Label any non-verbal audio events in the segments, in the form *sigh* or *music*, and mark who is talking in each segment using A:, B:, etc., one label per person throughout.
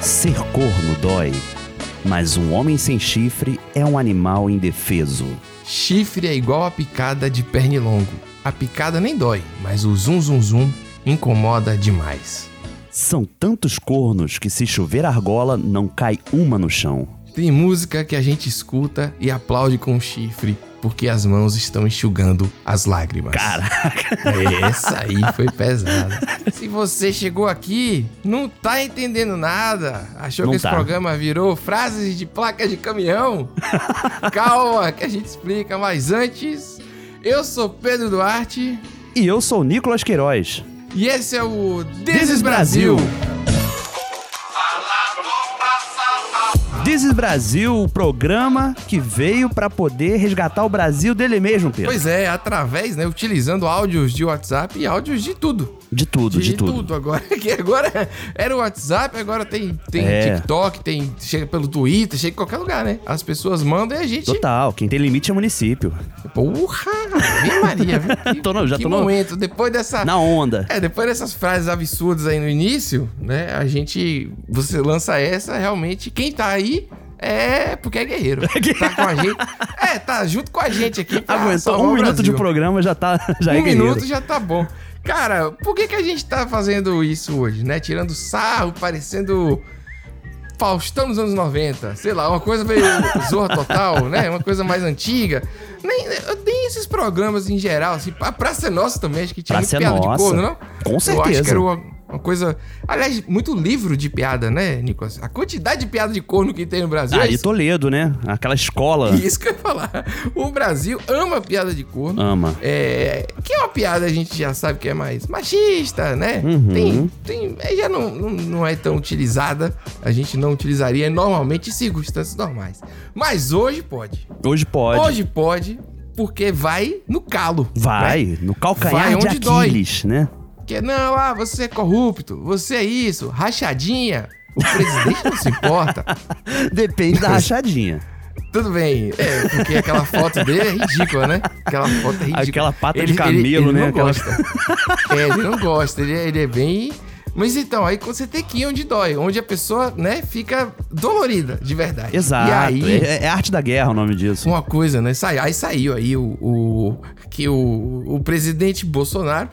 A: Ser corno dói, mas um homem sem chifre é um animal indefeso.
B: Chifre é igual a picada de pernilongo. A picada nem dói, mas o zum zum zum incomoda demais.
A: São tantos cornos que se chover argola, não cai uma no chão.
B: Tem música que a gente escuta e aplaude com o chifre, porque as mãos estão enxugando as lágrimas.
A: Caraca!
B: *laughs* Essa aí foi pesada. Se você chegou aqui, não tá entendendo nada, achou
A: Não
B: que esse
A: tá.
B: programa virou frases de placa
A: *laughs*
B: de caminhão? Calma, que a gente explica, mas antes, eu sou Pedro Duarte
A: E eu sou o Nicolas Queiroz.
B: e esse é o
A: This
B: This
A: is
B: is Brasil.
A: This is Brasil, o programa que veio pra poder resgatar o Brasil dele mesmo, Pedro.
B: Pois é, através, né, utilizando áudios de WhatsApp e áudios de tudo.
A: de tudo, de, tudo.
B: agora. *laughs* Que agora era o WhatsApp, agora tem, tem
A: É.
B: TikTok, tem chega pelo Twitter, chega em qualquer lugar, né? As pessoas mandam e a gente.
A: Total, quem tem limite é município.
B: Porra! Vem Maria, viu?
A: *laughs*
B: Que,
A: Tô no- já
B: que
A: tô no-
B: momento, depois dessa.
A: Na onda.
B: É, depois dessas frases absurdas aí no início, né? A gente. Você lança essa, realmente. Quem tá aí é porque
A: *laughs*
B: é guerreiro. tá com a gente. É, tá junto com a gente aqui. pra
A: Aguentou
B: salvar
A: um
B: o
A: minuto de
B: Brasil
A: programa, já tá. *laughs* Já é
B: um
A: guerreiro.
B: minuto já tá bom. Cara, por que, que a gente tá fazendo isso hoje, né? Tirando sarro, parecendo Faustão nos anos 90. Sei lá, uma
A: *laughs*
B: coisa meio zorra total, né? Uma coisa mais antiga. Nem, eu tenho esses programas em geral, assim, pra, pra ser nosso também, acho que tinha
A: Praça
B: muito piada
A: Nossa.
B: de corno, não?
A: Com
B: Eu acho
A: certeza.
B: que era uma, uma coisa... Aliás, muito livro de piada, né, Nicolas? A quantidade de piada de corno que tem no Brasil... é
A: Ari Ah, Toledo, né? Aquela escola
B: *laughs* isso que eu ia falar. O Brasil ama piada de corno.
A: ama.
B: É, que é uma piada, a gente já sabe que é mais machista, né?
A: Uhum.
B: Tem, tem, é, já não, não, não é tão utilizada. A gente não utilizaria é normalmente em circunstâncias normais. Mas hoje pode.
A: Hoje pode.
B: Hoje pode, porque vai no calo.
A: Vai,
B: né?
A: no calcanhar
B: Vai
A: de
B: onde dói.
A: Aquiles,
B: *laughs*
A: né?
B: Que não, ah, você é corrupto, você é isso, rachadinha. O presidente não se importa.
A: Depende da *laughs* rachadinha.
B: Tudo bem, é, porque aquela foto dele é ridícula, né? Aquela foto é ridícula.
A: Aquela pata de camelo, né?
B: Não
A: Aquela-
B: gosta. é, ele não gosta, ele, é- ele é bem. Mas então, aí você tem que ir onde dói, onde a pessoa, né, fica dolorida, de verdade.
A: Exato.
B: E aí,
A: É, é arte da guerra o nome disso.
B: uma coisa, né? Sai, aí saiu aí o, o- que o, o presidente Bolsonaro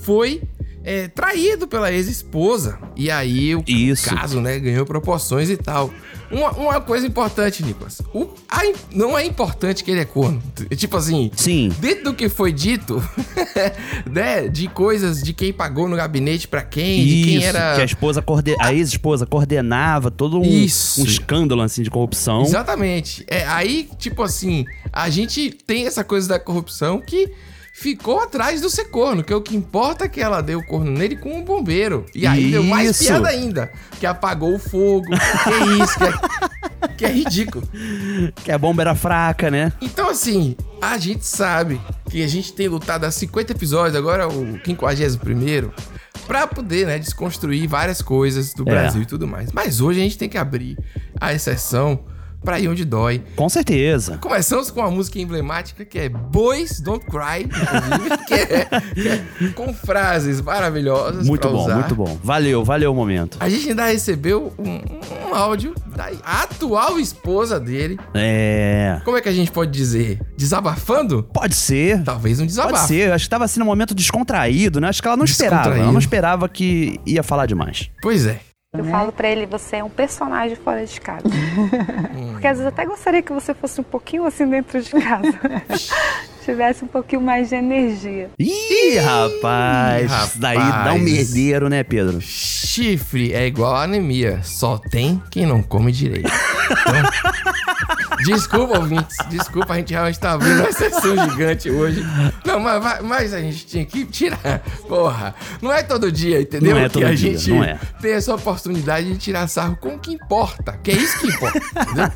B: foi é, traído pela ex-esposa. E aí o
A: Isso.
B: caso, né, ganhou proporções e tal. Uma, uma coisa importante, Nicolas. O, a im- não é importante que ele é corno. Tipo assim,
A: Sim.
B: dentro do que foi dito, *laughs* né, de coisas de quem pagou no gabinete pra quem, de quem
A: Isso,
B: era
A: que a esposa coorde... a ex-esposa coordenava todo um,
B: Isso.
A: um escândalo assim de corrupção.
B: Exatamente. É, aí, tipo assim, a gente tem essa coisa da corrupção que ficou atrás do ser corno, que o que importa é que ela deu corno nele com um bombeiro. E aí deu mais
A: Isso.
B: piada ainda, que apagou o fogo, que é isso, que é, que é ridículo.
A: Que a bomba era fraca, né?
B: Então, assim, a gente sabe que a gente tem lutado há 50 episódios, agora o 51 pra poder, né, desconstruir várias coisas do
A: É.
B: Brasil e tudo mais. Mas hoje a gente tem que abrir a exceção pra ir onde dói.
A: Com certeza.
B: Começamos com uma música emblemática que é Boys Don't Cry, inclusive, que é, que é com frases maravilhosas.
A: Muito
B: pra
A: bom,
B: usar.
A: muito bom. Valeu, valeu o momento.
B: A gente ainda recebeu um, um áudio da atual esposa dele.
A: É.
B: Como é que a gente pode dizer? Desabafando?
A: Pode ser.
B: Talvez um desabafo.
A: Pode ser, eu acho que tava assim num momento descontraído, né? Acho que ela não esperava. Ela não
B: Descontraído.
A: esperava que ia falar demais.
B: Pois é.
C: Eu falo pra ele, você é um personagem fora de casa. Porque às vezes eu até gostaria que você fosse um pouquinho assim dentro de casa. Tivesse um pouquinho mais de energia.
A: Ih, rapaz!
B: rapaz.
A: Daí dá um merdeiro, né, Pedro?
B: Chifre é igual a anemia, só tem quem não come direito. Então, desculpa, ouvintes, desculpa, a gente realmente tá abrindo uma sessão gigante hoje. Não, mas, vai- mas a gente tinha que tirar, porra. Não é todo dia, entendeu?
A: Não é
B: que
A: todo
B: a
A: dia,
B: gente
A: não é.
B: tem essa oportunidade de tirar sarro com o que importa, que é isso que importa, entendeu?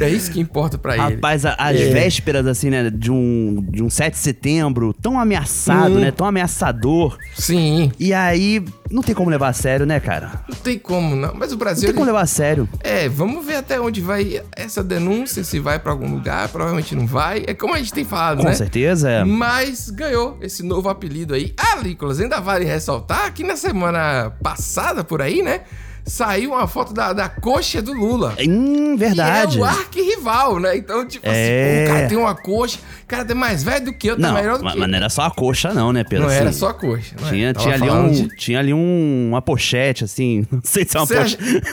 B: É isso que importa pra ele.
A: Rapaz, a- as
B: É.
A: vésperas, assim, né, de um, de um 7 de setembro, tão ameaçado,
B: Hum.
A: né? Tão ameaçador.
B: Sim,
A: E aí, não tem como levar a sério, né, cara?
B: não tem como não, mas o
A: Não
B: Brasil...
A: tem como
B: ele-
A: levar a sério.
B: É, vamos ver até onde vai essa denúncia, se vai pra algum lugar, provavelmente não vai. É como a gente tem falado,
A: Com
B: né?
A: certeza, é.
B: Mas ganhou esse novo apelido aí. Ah, Nicolas, ainda vale ressaltar que na semana passada por aí, né? saiu uma foto da, da coxa do Lula.
A: Hum, verdade.
B: E é o arquirrival, né? Então, tipo
A: É.
B: assim, o cara tem uma coxa, o cara tem mais velho do que eu, tá
A: Não,
B: melhor do
A: mas
B: que
A: mas não
B: eu.
A: era só a coxa, não, né, Pedro?
B: Não era
A: Assim,
B: só a coxa. não é?
A: Tinha,
B: Tava
A: tinha, ali
B: falando
A: um,
B: de-
A: tinha ali um, uma pochete, assim. *laughs* Não sei se é uma
B: Você acha-
A: pochete.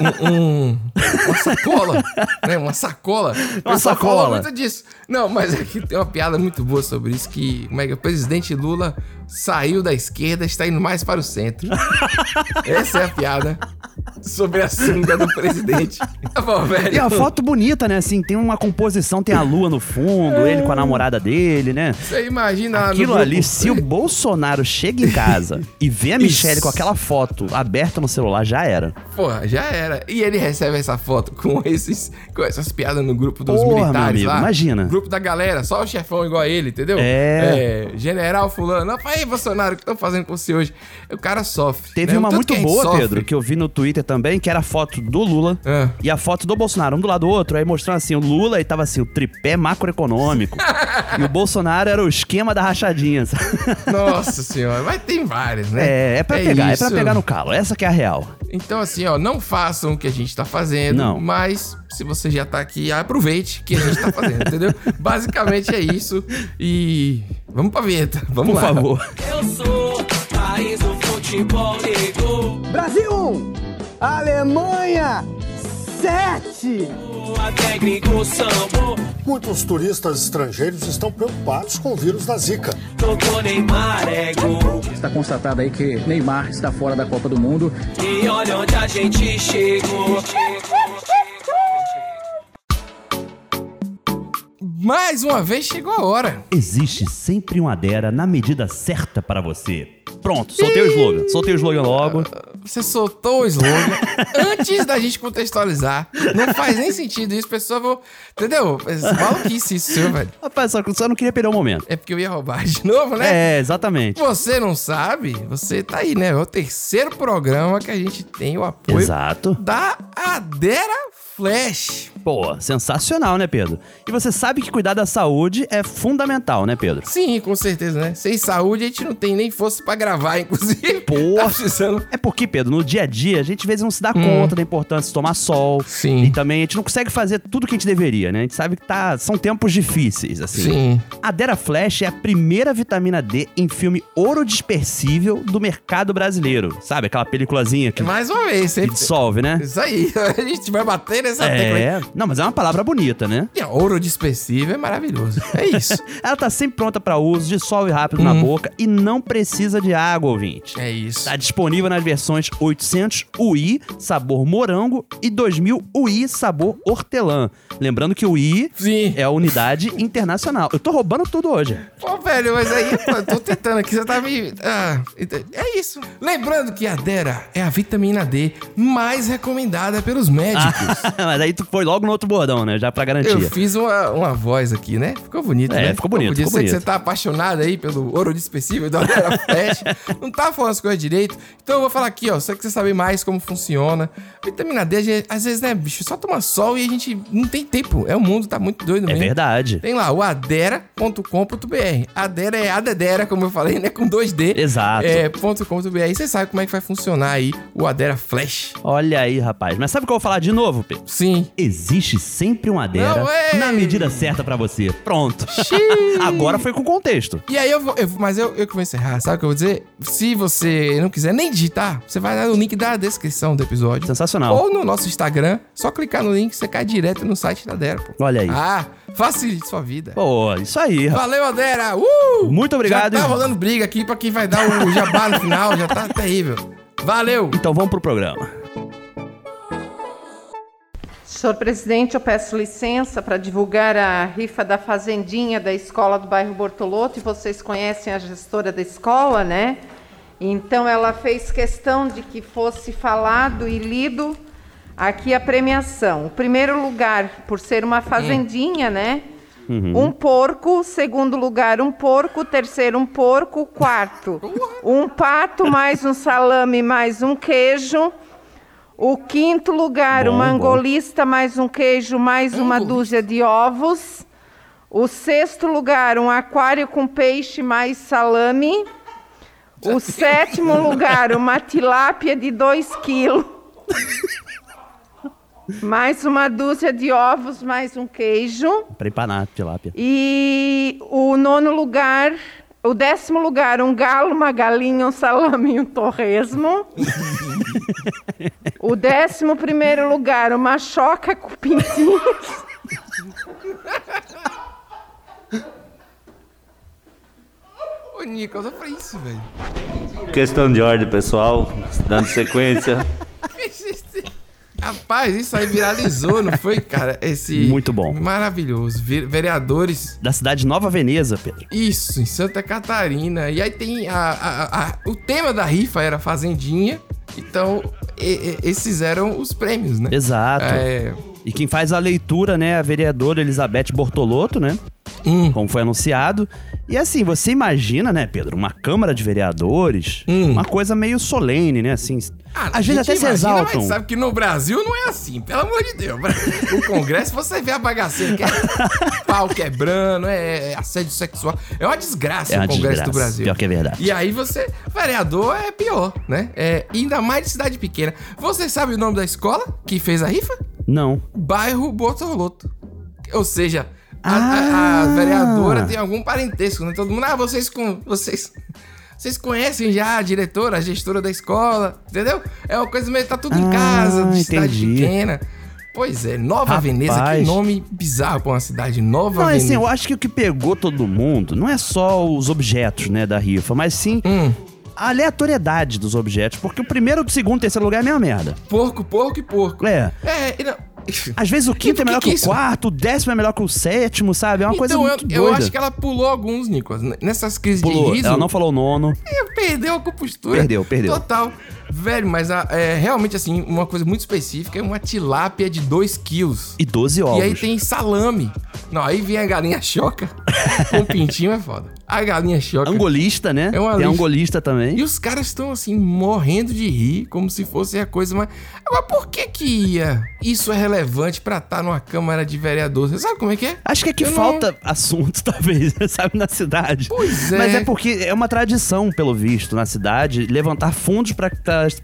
B: um, um- uma sacola, *laughs* né? Uma sacola. O pessoal fala
A: sacola.
B: muito disso. Não, mas aqui tem uma piada muito boa sobre isso, que como é que é? o presidente Lula saiu da esquerda e está indo mais para o
A: *laughs*
B: centro. Essa é a piada sobre a sunga do presidente. Tá bom, velho.
A: *laughs* E a foto bonita, né? Assim, tem uma composição, tem a lua no fundo, ele com a namorada dele, né?
B: Você imagina lá Ah, no
A: Aquilo
B: grupo.
A: ali, se o Bolsonaro chega em casa
B: *laughs*
A: e vê a Michelle com aquela foto aberta no celular, já era.
B: Porra, já era. E ele recebe essa foto com, esses, com essas piadas no grupo dos
A: Porra, meu
B: militares
A: amigo,
B: lá.
A: imagina.
B: Grupo da galera, só o chefão igual a ele, entendeu?
A: É.
B: É, General fulano. Opa, aí, Bolsonaro, o que estão fazendo com você hoje? O cara sofre.
A: Teve
B: né? O
A: uma
B: tanto
A: muito
B: que a gente
A: boa,
B: sofre.
A: Pedro, que eu vi no Twitter também, que era a foto do Lula
B: Ah.
A: e a foto do Bolsonaro, um do lado do outro, aí mostrando assim, o Lula e tava assim, o tripé
B: *laughs*
A: macroeconômico. e o Bolsonaro era o esquema da rachadinha. sabe?
B: Nossa senhora, mas tem várias, né?
A: *laughs* É, é pra pegar, é
B: isso.
A: pra pegar no calo. Essa que é a real.
B: Então, assim, ó, não façam o que a gente tá fazendo,
A: Não.
B: mas se você já tá aqui, aproveite o que a gente tá fazendo,
A: *laughs*
B: entendeu? Basicamente é isso. E vamos pra vinheta. Vamos
A: Por
B: lá.
A: favor.
D: Eu sou país do futebol negro.
E: Brasil 1, Alemanha 7.
D: Até gringo sambou.
F: Muitos turistas estrangeiros estão preocupados com o vírus da Zika.
D: Tocou Neymar é gol.
G: Está constatado aí que Neymar está fora da Copa do Mundo.
D: E olha onde a gente chegou.
B: Mais uma vez chegou a hora.
A: Existe sempre uma adera na medida certa para você. Pronto, soltei o slogan. Soltei o slogan logo.
B: Você soltou
A: *laughs*
B: o slogan antes da gente contextualizar. Não faz nem sentido isso, pessoal. Vou... Entendeu? É Maluquice isso, seu, velho.
A: Rapaz, só, que- só não queria perder o momento.
B: É porque eu ia roubar de novo, né?
A: É, exatamente.
B: Você não sabe, você tá aí, né? É o terceiro programa que a gente tem o apoio
A: Exato.
B: da Adera Flash.
A: Pô, sensacional, né, Pedro? E você sabe que cuidar da saúde é fundamental, né, Pedro?
B: Sim, com certeza, né? Sem saúde a gente não tem nem força pra gravar, inclusive.
A: Porra.
B: *laughs* Tá precisando.
A: É porque, Pedro, no dia a dia, a gente às vezes não
B: Hum.
A: se dá conta da importância de tomar sol.
B: Sim.
A: E também a gente não consegue fazer tudo que a gente deveria, né? A gente sabe que tá, são tempos difíceis, assim.
B: Sim.
A: A Dera Flash é a primeira vitamina D em filme orodispersível do mercado brasileiro. Sabe? Aquela peliculazinha que,
B: Mais É uma vez,
A: que
B: sempre.
A: dissolve, né?
B: Isso aí, *laughs* a gente vai bater nessa tecla aí.
A: É. Não, mas é uma palavra bonita, né?
B: E a ouro dispersível é maravilhoso. É isso.
A: Ela tá sempre pronta pra uso, dissolve rápido na
B: Uhum.
A: boca e não precisa de água, ouvinte.
B: é isso.
A: Tá disponível nas versões 800 UI, sabor morango, e 2000 UI, sabor hortelã. Lembrando que o UI
B: Sim.
A: é a unidade internacional. Eu tô roubando tudo
B: *laughs*
A: hoje.
B: Pô, velho, mas aí pô, eu tô tentando aqui, você tá me. Ah, ent- é isso. Lembrando que a Dera é a vitamina D mais recomendada pelos
A: Ah,
B: médicos.
A: Mas aí tu foi logo no outro bordão, né? Já pra
B: Eu
A: garantia.
B: fiz uma, uma voz aqui, né? Ficou bonito,
A: É,
B: né?
A: ficou bonito,
B: Eu
A: ficou
B: sei que
A: bonito.
B: você tá apaixonado aí pelo ouro dispersível da Dera *laughs* Flash. não tá falando as coisas direito. Então eu vou falar aqui, ó. Só que você sabe mais como funciona. Vitamina D, a gente- às vezes, né, bicho, só toma sol e a gente não tem tempo. É, o mundo tá muito doido
A: É
B: mesmo.
A: verdade.
B: Tem lá o adera.com.br. Adera é adedera, como eu falei, né? Com 2D.
A: Exato.
B: É, .com.br. Você sabe como é que vai funcionar aí o Adera Flash.
A: Olha aí, rapaz. Mas sabe o que eu vou falar de novo, Pedro?
B: Sim.
A: Existe sempre uma adera
B: Não, ei!
A: na medida certa pra você. Pronto. *laughs* Agora foi com contexto.
B: E aí eu vou. eu vou- mas eu, eu que vou encerrar, sabe o que eu vou dizer? Se você não quiser nem digitar, você vai lá no link da descrição do episódio.
A: Sensacional.
B: Ou no nosso Instagram, só clicar no link, você cai direto no site da Adera, pô.
A: Olha aí.
B: Ah, facilite sua vida.
A: Pô, isso aí, rapaz.
B: Valeu, Adera! Uh!
A: Muito obrigado.
B: Já tá rolando briga aqui pra quem vai dar o jabá no final, já tá terrível. Valeu!
A: Então vamos pro programa.
H: Senhor presidente, eu peço licença para divulgar a rifa da fazendinha da escola do bairro Bortoloto. E vocês conhecem a gestora da escola, né? Então ela fez questão de que fosse falado e lido aqui a premiação. O primeiro lugar, por ser uma fazendinha, né? Um porco, segundo lugar um porco, terceiro um porco, quarto um pato, mais um salame, mais um queijo. O quinto lugar,
A: Bom,
H: uma
A: bom.
H: angolista, mais um queijo, mais uma dúzia de ovos. O sexto lugar, um aquário com peixe, mais salame. O sétimo lugar, uma tilápia de 2 quilos. Mais uma dúzia de ovos, mais um queijo.
A: Pra empanar tilápia.
H: E o nono lugar, o décimo lugar, um galo, uma galinha, um salame e um torresmo. o décimo primeiro lugar, uma choca com pintinhos.
B: Ô, Nico, olha pra isso, velho.
I: Questão de ordem, pessoal. Dando sequência.
B: Rapaz, isso aí viralizou, não foi, cara? Esse.
A: Muito bom.
B: Maravilhoso. Ve-
A: *laughs*
B: Vereadores.
A: Da cidade de Nova Veneza, Pedro.
B: Isso, em Santa Catarina. E aí tem a, a- a- o tema da rifa era Fazendinha. Então, e- e- esses eram os prêmios, né?
A: Exato.
B: É,
A: E quem faz a leitura, né, é a vereadora Elizabeth Bortolotto, né?
B: Hum.
A: Como foi anunciado. E assim, você imagina, né, Pedro, uma Câmara de Vereadores,
B: Hum.
A: uma coisa meio solene, né, assim.
B: Ah, a
A: Às vezes
B: gente
A: até se
B: imagina,
A: exaltam.
B: Mas sabe que no Brasil não é assim, pelo amor de Deus. O Congresso, você vê a bagaceira que é pau quebrando, é assédio sexual. É uma desgraça
A: É uma
B: o Congresso
A: desgraça,
B: do Brasil.
A: pior que é verdade.
B: E aí você, vereador, é pior, né? É, ainda mais de cidade pequena. Você sabe o nome da escola que fez a rifa?
A: Não.
B: Bairro Bortoloto. Ou seja, a, a- a
A: Ah.
B: vereadora tem algum parentesco, né? Todo mundo, ah, vocês com. Vocês. Vocês conhecem já a diretora, a gestora da escola, entendeu? É uma coisa meio. Tá tudo em
A: Ah,
B: casa, de cidade
A: entendi.
B: pequena. Pois é, Nova
A: Rapaz.
B: Veneza, que nome bizarro pra uma cidade. Nova
A: Não,
B: Veneza.
A: assim, eu acho que o que pegou todo mundo não é só os objetos, né, da rifa, mas sim
B: Hum,
A: a aleatoriedade dos objetos. Porque o primeiro, o segundo, o terceiro lugar é a mesma merda.
B: porco, porco e porco.
A: É.
B: É, e não. *laughs*
A: Às vezes o quinto é
B: E por que
A: melhor
B: que
A: que, o
B: isso?
A: quarto, o décimo é melhor que o sétimo, sabe? É uma coisa
B: então,
A: muito
B: eu, eu
A: doida.
B: acho que ela pulou alguns, Nicolas. Nessas crises de
A: Pulou.
B: riso.
A: Ela não falou o nono.
B: Perdeu a compostura.
A: Perdeu, perdeu.
B: Total. Velho, mas a- é realmente assim, uma coisa muito específica é uma tilápia de 2 quilos.
A: E 12 ovos.
B: E aí tem salame. Não, aí vem a
A: *laughs*
B: galinha choca. Com pintinho é foda. A galinha choca.
A: Angolista, né?
B: É uma
A: tem
B: lista.
A: angolista também.
B: E os caras estão assim, morrendo de rir, como se fosse a coisa mais. Agora, por que que ia? Isso é relevante pra estar numa Câmara de Vereadores? Você sabe como é que é?
A: Acho que é que
B: Eu não-
A: falta assunto, *laughs* talvez, sabe, na cidade.
B: Pois é.
A: Mas é porque é uma tradição, pelo visto, na cidade, levantar fundos pra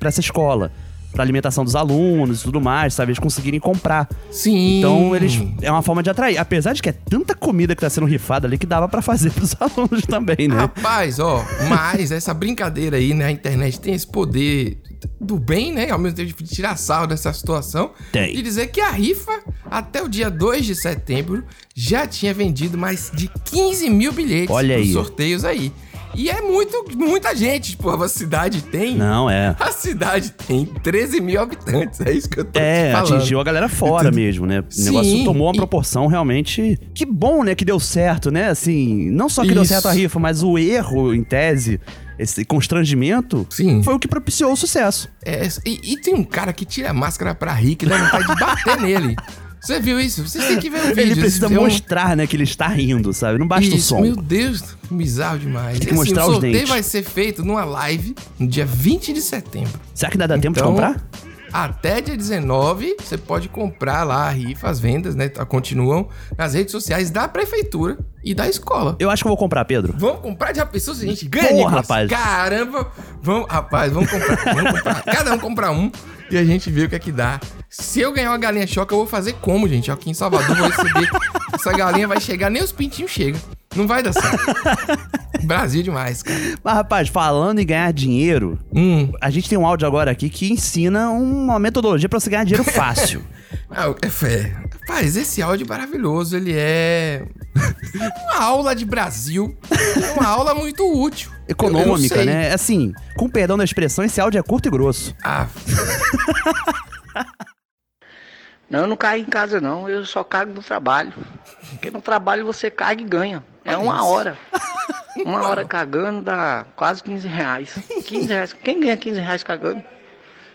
A: pra essa escola. Pra alimentação dos alunos e tudo mais, sabe? Eles conseguirem comprar.
B: Sim.
A: Então, eles. É uma forma de atrair. Apesar de que é tanta comida que tá sendo rifada ali que dava pra fazer *laughs* pros alunos também,
B: Ah,
A: né?
B: Rapaz, ó, mas essa brincadeira aí, né? A internet tem esse poder do bem, né? Ao mesmo tempo de tirar sarro dessa situação.
A: Tem.
B: E dizer que a rifa, até o dia 2 de setembro, já tinha vendido mais de 15 mil bilhetes
A: Olha
B: pros
A: aí.
B: sorteios aí. E é muito, muita gente, tipo, a cidade tem.
A: Não, é.
B: A cidade tem 13 mil habitantes, é isso que eu tô
A: É,
B: te falando.
A: atingiu a galera fora mesmo, né? O negócio
B: Sim,
A: tomou uma
B: e-
A: proporção realmente. Que bom, né? Que deu certo, né? Assim, não só que deu
B: Isso.
A: certo a rifa, mas o erro, em tese, esse constrangimento,
B: Sim.
A: foi o que propiciou o sucesso.
B: É, e, e tem um cara que tira a máscara pra rir que dá vontade de
A: *laughs*
B: bater nele. Você viu isso? Vocês têm que ver o vídeo.
A: Ele precisa
B: Isso é um-
A: mostrar, né? Que ele está rindo, sabe? Não basta o
B: Isso,
A: som.
B: Meu Deus, bizarro demais.
A: Tem que
B: Assim,
A: mostrar
B: o
A: os
B: sorteio
A: dentes.
B: vai ser feito numa live no dia 20 de setembro.
A: Será que ainda dá tempo de
B: Então,
A: comprar?
B: Até dia 19, você pode comprar lá a rifa, as vendas, né? tá- Continuam nas redes sociais da prefeitura e da escola.
A: Eu acho que eu vou comprar, Pedro.
B: Vamos comprar de pessoa se a gente ganha,
A: Porra,
B: Nicolas.
A: rapaz.
B: Caramba. Vamos, rapaz, vamos comprar. Vamos comprar. Cada um comprar um e a gente vê o que é que dá. Se eu ganhar uma galinha choca, eu vou fazer como, gente? Aqui em Salvador, vou receber. Essa galinha vai chegar, nem os pintinhos chegam. Não vai dar certo. Brasil é demais, cara.
A: Mas, rapaz, falando em ganhar dinheiro,
B: Hum.
A: a gente tem um áudio agora aqui que ensina uma metodologia pra você ganhar
B: *laughs*
A: dinheiro fácil.
B: Ah, é fé. Rapaz, esse áudio maravilhoso, ele é. *laughs* Uma aula de Brasil. Uma aula muito útil. Eu- eu não
A: Econômica,
B: sei.
A: né? Assim, com perdão da expressão, esse áudio é curto e grosso.
B: Ah,
G: Não, eu não caio em casa, não. Eu só cago no trabalho. Porque no trabalho você caga e ganha. É uma hora. Uma hora cagando dá quase 15 reais. 15 reais. Quem ganha 15 reais cagando?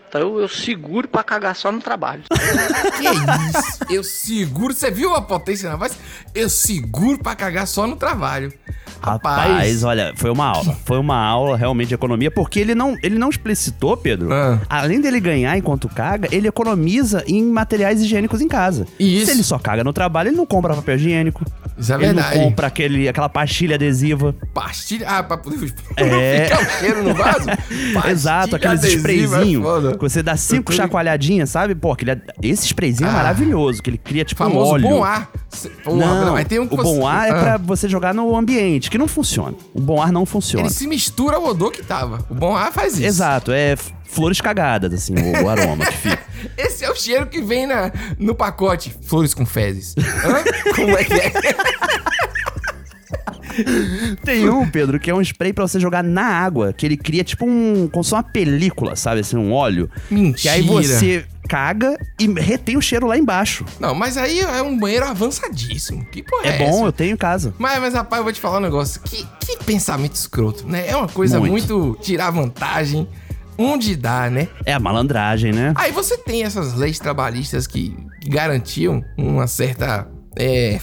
G: Então eu, eu seguro pra cagar só no trabalho.
B: Que isso? Eu seguro. Você viu a potência na voz? Eu seguro pra cagar só no trabalho.
A: Rapaz, olha, foi uma aula. Foi uma aula realmente de economia, porque ele não, ele não explicitou, Pedro.
B: Ah.
A: Além dele ganhar enquanto caga, ele economiza em materiais higiênicos em casa.
B: Isso.
A: Se ele só caga no trabalho, ele não compra papel higiênico,
B: Isso é
A: Ele
B: verdade.
A: não compra aquele, aquela pastilha adesiva.
B: Pastilha. Ah, pra poder
A: É.
B: ficar o cheiro no vaso?
A: *laughs* Exato,
B: Pastilha
A: aqueles
B: adesiva é
A: sprayzinhos.
B: foda.
A: que você dá cinco
B: Uhum.
A: chacoalhadinhas, sabe? Pô, aquele, esse sprayzinho é
B: Ah.
A: maravilhoso, que ele cria tipo um
B: Famoso
A: óleo.
B: bom ar. Se- Porra,
A: não,
B: mas tem um que
A: o bom
B: você-
A: ar é
B: Ah,
A: pra você jogar no ambiente, que não funciona. O bom ar não funciona.
B: Ele se mistura ao odor que tava. O bom ar faz isso.
A: Exato, é f- flores cagadas, assim, o, o aroma que fica.
B: *laughs* Esse é o cheiro que vem na, no pacote. Flores com fezes.
A: *laughs*
B: Hã? Como é que é?
A: *laughs* Tem um, Pedro, que é um spray pra você jogar na água, que ele cria tipo um. como se fosse uma película, sabe? Assim, um óleo. Que aí
B: Mentira.
A: você caga e retém o cheiro lá embaixo.
B: Não, mas aí é um banheiro avançadíssimo. Que porra é,
A: É, bom,
B: essa?
A: eu tenho em casa.
B: Mas, mas, rapaz, eu vou te falar um negócio. Que, que pensamento escroto, né? É uma coisa
A: Muito.
B: muito. tirar vantagem onde dá, né?
A: É a malandragem, né?
B: Aí você tem essas leis trabalhistas que garantiam uma certa. É,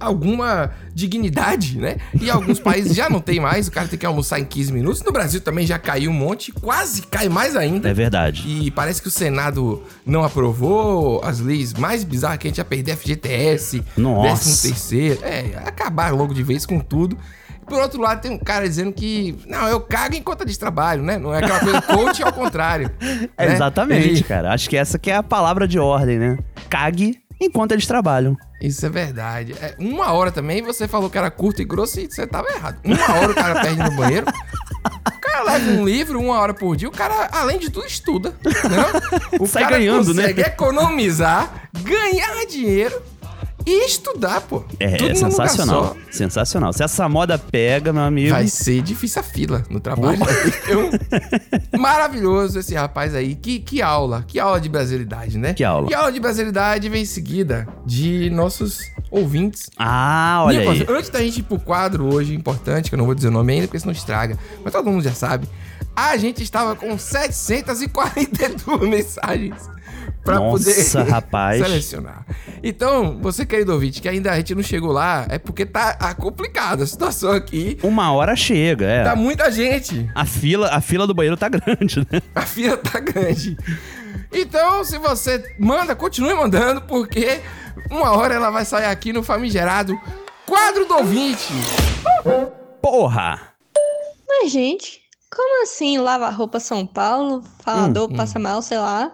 B: alguma dignidade, né? E alguns países já não tem mais, o cara tem que almoçar em 15 minutos. No Brasil também já caiu um monte, quase cai mais ainda.
A: É verdade.
B: E parece que o Senado não aprovou as leis mais bizarras que a gente ia perder FGTS,
A: Nossa.
B: 13 terceiro. É, acabar logo de vez com tudo. Por outro lado, tem um cara dizendo que. Não, eu cago em conta de trabalho, né? Não é aquela coisa coach ao contrário.
A: *laughs* É,
B: né?
A: Exatamente,
B: Ele-
A: cara. Acho que essa que é a palavra de ordem, né? Cague enquanto eles trabalham.
B: Isso é verdade. É, uma hora também você falou que era curto e grosso e você tava errado. Uma hora o cara perde no banheiro. O cara leva um livro, uma hora por dia, o cara, além de tudo, estuda. Né? O
A: Sai
B: cara
A: ganhando, né?
B: consegue economizar, ganhar dinheiro e estudar, pô.
A: É,
B: Tudo
A: é
B: num lugar
A: sensacional.
B: só.
A: Sensacional. Se essa moda pega, meu amigo.
B: Vai ser difícil a fila no trabalho. Então, maravilhoso esse rapaz aí. Que, que aula. Que aula de brasilidade, né?
A: Que aula.
B: E a aula de brasilidade vem em seguida de nossos ouvintes
A: Ah, olha
B: Nicolas,
A: aí.
B: antes da gente ir pro quadro hoje, importante, que eu não vou dizer o nome ainda, porque senão estraga, mas todo mundo já sabe. A gente estava com 742 *laughs* mensagens pra
A: Nossa,
B: poder
A: rapaz.
B: selecionar. Então, você querido ouvinte, que ainda a gente não chegou lá, é porque tá ah, complicada a situação aqui.
A: Uma hora chega, é.
B: Tá muita gente.
A: A fila, a fila do banheiro tá *laughs* grande, né?
B: A fila tá grande. Então, se você manda, continue mandando, porque uma hora ela vai sair aqui no famigerado quadro do ouvinte.
A: Porra!
J: Mas, gente, como assim lava roupa São Paulo? Falador
B: Hum, hum.
J: passa mal, sei lá.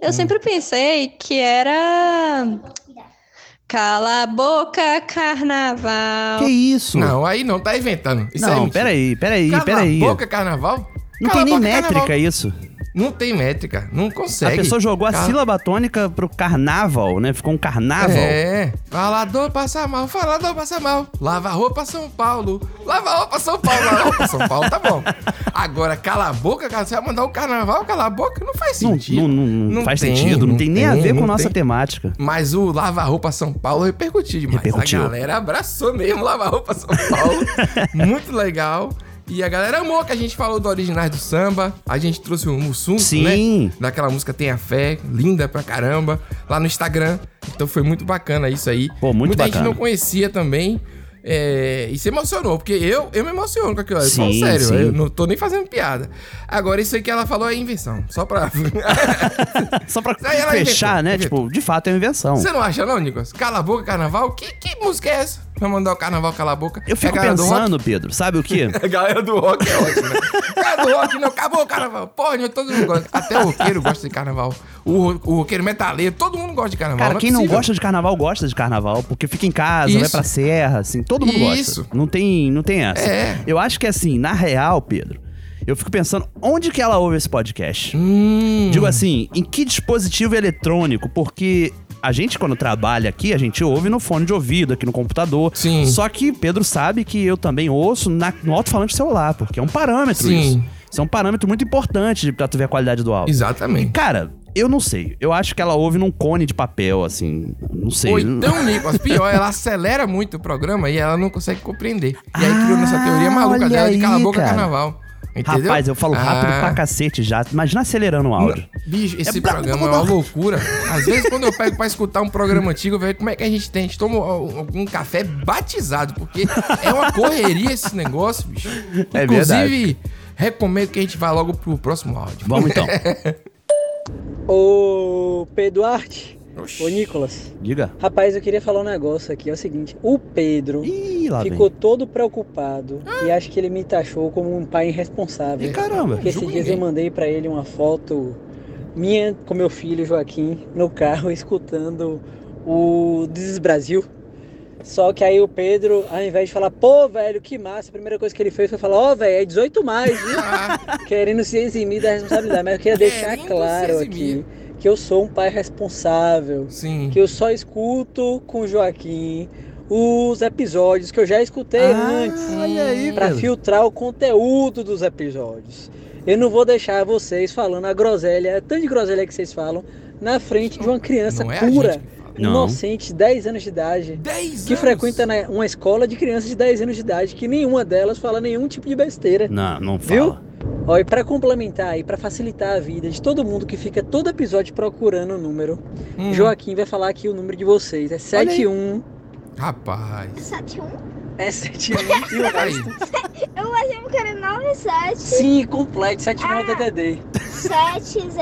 J: Eu sempre pensei que era. Cala a boca, carnaval.
A: Que isso?
B: Não, aí não, tá inventando. Isso aí é
A: não,
B: mentira.
A: peraí, peraí,
B: Cala
A: peraí.
B: a boca, carnaval?
A: Não
B: Cala
A: tem
B: a
A: nem
B: boca,
A: métrica
B: carnaval.
A: isso.
B: Não tem métrica, não consegue.
A: A pessoa jogou a
B: Cala-
A: sílaba tônica pro carnaval, né? Ficou um carnaval.
B: É, falador passa mal, falador passa mal. Lava roupa São Paulo, lava roupa São Paulo, lava roupa São Paulo, tá bom. Agora, cala a boca, cara, você vai mandar o carnaval calar a boca? Não faz
A: Não,
B: sentido.
A: não- não- não faz
B: tem,
A: sentido, não tem nem a ver com
B: não
A: nossa
B: tem.
A: temática. *laughs*
B: Mas o Lava Roupa São Paulo repercutiu demais.
A: Repercutiu.
B: A galera abraçou mesmo o Lava Roupa São
A: *laughs*
B: Paulo. Muito legal. E a galera amou que a gente falou do originais do samba. A gente trouxe o Mussum,
A: Sim.
B: né? Daquela música Tenha Fé, linda pra caramba, lá no Instagram. Então foi muito bacana isso aí.
A: Pô, muito
B: Muita gente
A: bacana.
B: não conhecia também. é, e se emocionou, porque eu, eu me emociono com aquilo. Eu falo
A: Sim,
B: sério,
A: sim.
B: eu não tô nem fazendo piada. Agora, isso aí que ela falou é invenção. Só pra. *laughs*
A: Só pra
B: Aí ela
A: fechar,
B: inventou,
A: né?
B: inventou.
A: Tipo, de fato é uma invenção.
B: Você não acha, não, Nicolas? Cala a boca, carnaval? Que, que música é essa? Vai mandar o carnaval calar a boca?
A: Eu fico
B: é a galera do rock?
A: pensando, Pedro, sabe o
B: *laughs*
A: quê?
B: A galera do rock é *laughs* ótima. né? galera do rock, não, acabou o carnaval. Porra, nenhuma, todo mundo gosta. Até o roqueiro gosta de carnaval. O, ro- o roqueiro metaleiro, todo mundo gosta de carnaval.
A: Cara,
B: é
A: quem não
B: possível.
A: gosta de carnaval gosta de carnaval, porque fica em casa, vai
B: Isso.
A: pra serra, assim, todo mundo
B: Isso.
A: gosta. Não tem, não tem essa.
B: É.
A: Eu acho que assim, na real, Pedro, eu fico pensando onde que ela ouve esse podcast.
B: Hum,
A: Digo assim, em que dispositivo eletrônico? Porque a gente, quando trabalha aqui, a gente ouve no fone de ouvido, aqui no computador.
B: Sim.
A: Só que Pedro sabe que eu também ouço na- no alto-falante celular, porque é um parâmetro
B: Sim.
A: isso. Isso é um parâmetro muito importante de- pra tu ver a qualidade do áudio. E,
B: exatamente.
A: cara, eu não sei. Eu acho que ela ouve num cone de papel, assim. Não sei.
B: Ou então, Nicolas, pior, ela acelera muito o programa e ela não consegue compreender. E aí criou nessa
A: Ah,
B: teoria maluca
A: olha
B: dela de cala a
A: aí,
B: boca,
A: cara.
B: carnaval. Entendeu?
A: Rapaz, eu falo rápido
B: Ah.
A: pra cacete já. Imagina acelerando o áudio.
B: Bicho, esse
A: É blá, blá,
B: programa
A: blá,
B: é uma
A: blá.
B: loucura. Às vezes, quando eu pego pra escutar um programa antigo, velho, como é que a gente tem? A gente toma um, um café batizado, porque é uma correria esse negócio, bicho.
A: É
B: Inclusive, recomendo que a gente vá *laughs* logo pro próximo áudio.
A: Vamos então.
E: Ô, Pedro Arte,
K: Ô, Nicolas.
A: Diga.
K: Rapaz, eu queria falar um negócio aqui. É o seguinte: o Pedro
A: lá
K: ficou todo preocupado e acho que ele me taxou como um pai irresponsável.
A: Ih, caramba,
K: Porque esses
A: julgo
K: dias eu
A: ninguém.
K: mandei pra ele uma foto minha com meu filho Joaquim no carro *laughs* escutando o Desis Brasil. Só que aí o Pedro, ao invés de falar, pô, velho, que massa, a primeira coisa que ele fez foi falar, ó, velho, é 18 mais, viu? Querendo se eximir da responsabilidade. Mas eu queria deixar claro aqui que eu sou um pai responsável.
B: Sim.
K: Que eu só escuto com o Joaquim os episódios que eu já escutei
L: Ah,
K: antes.
A: Ah, Olha aí,
K: pra
A: Pedro.
K: filtrar o conteúdo dos episódios. Eu não vou deixar vocês falando a groselha, tanto de groselha que vocês falam, na frente de uma criança
L: Não é a
K: pura,
L: gente que fala. Não.
K: inocente, 10 anos de idade, que frequenta na- uma escola de crianças de 10 anos de idade, que nenhuma delas fala nenhum tipo de besteira.
A: Não, não
K: Viu? Ó, e pra complementar e pra facilitar a vida de todo mundo que fica todo episódio procurando o número,
L: Hum.
K: Joaquim vai falar aqui o número de vocês. É 71.
B: Rapaz.
H: 7-1?
K: É 71 e o resto.
H: Eu achei que era 97.
K: Sim, completo, 71 é DDD.
H: 700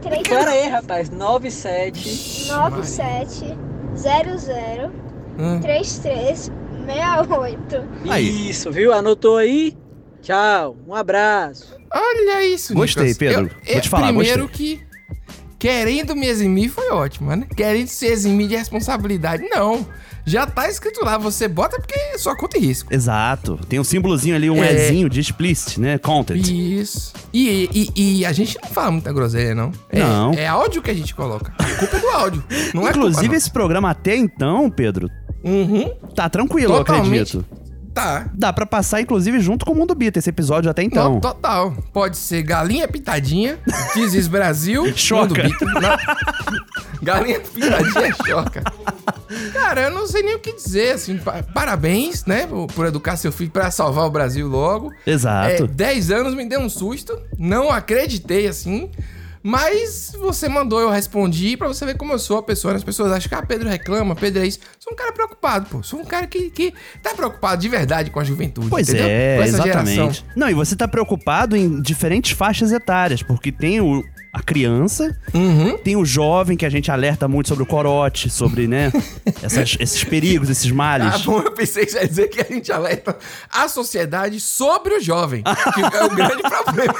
H: 3.
K: Pera aí, rapaz. 97.
H: 97 00 33 68.
A: Aí.
K: Isso, viu? Anotou aí? Tchau, um abraço.
B: Olha isso,
A: Gostei,
B: Nicolas.
A: Pedro.
B: Eu- é,
A: Vou te falar,
B: Primeiro
A: gostei.
B: que querendo me eximir foi ótimo, né? Querendo se eximir de responsabilidade, não. Já tá escrito lá, você bota porque só conta em risco.
A: Exato. Tem um símbolozinho ali, um
B: É.
A: Ezinho de explicit, né? Content.
B: Isso. E, e, e a gente não fala muita groselha, não. É,
A: Não.
B: É áudio que a gente coloca. É culpa do áudio. Não é
A: Inclusive,
B: culpa, não.
A: esse programa até então, Pedro, tá tranquilo,
B: Totalmente.
A: eu acredito.
B: Tá.
A: Dá pra passar, inclusive, junto com o Mundo Bita, esse episódio até então.
B: Não, total. Pode ser galinha pitadinha, *laughs* dizes Brasil,
A: Choca.
B: mundo Beat. Não. *laughs* Galinha pitadinha choca. Cara, eu não sei nem o que dizer, assim, pa- parabéns, né, por, por educar seu filho pra salvar o Brasil logo.
A: Exato.
B: É, 10 anos me deu um susto, não acreditei, assim, mas você mandou, eu respondi pra você ver como eu sou a pessoa, né? as pessoas acham que, ah, Pedro reclama, Pedro é isso, sou um cara preocupado, pô, sou um cara que, que tá preocupado de verdade com a juventude,
A: Pois
B: entendeu?
A: é,
B: com essa
A: exatamente.
B: geração.
A: Não, e você tá preocupado em diferentes faixas etárias, porque tem o, a criança,
B: Uhum.
A: tem o jovem, que a gente alerta muito sobre o corote, sobre,
B: *laughs*
A: né, essas- esses perigos, esses males.
B: Ah, bom, eu pensei que você ia dizer que a gente alerta a sociedade sobre o jovem, que é o grande problema.